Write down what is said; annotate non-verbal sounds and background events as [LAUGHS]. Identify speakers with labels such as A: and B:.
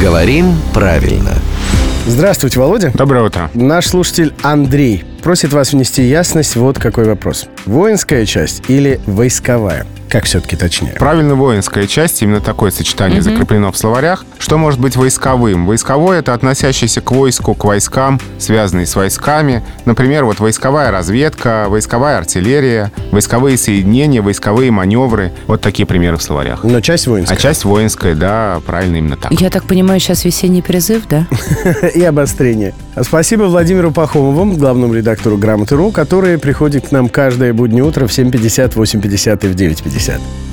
A: Говорим правильно.
B: Здравствуйте, Володя.
C: Доброе утро.
B: Наш слушатель Андрей просит вас внести ясность вот какой вопрос. Воинская часть или войсковая? Как все-таки точнее?
C: Правильно, воинская часть, именно такое сочетание закреплено в словарях. Что может быть войсковым? Войсковое — это относящийся к войску, к войскам, связанные с войсками. Например, вот войсковая разведка, войсковая артиллерия, войсковые соединения, войсковые маневры. Вот такие примеры в словарях.
B: Но часть
C: А
B: воинская.
C: часть воинская, да, правильно именно так.
D: Я так понимаю, сейчас весенний призыв, да?
B: [LAUGHS] И обострение. Спасибо Владимиру Пахомову, главному редактору «Грамоты.ру», который приходит к нам каждое буднее утро в 7.50, 8.50 и в 9.50.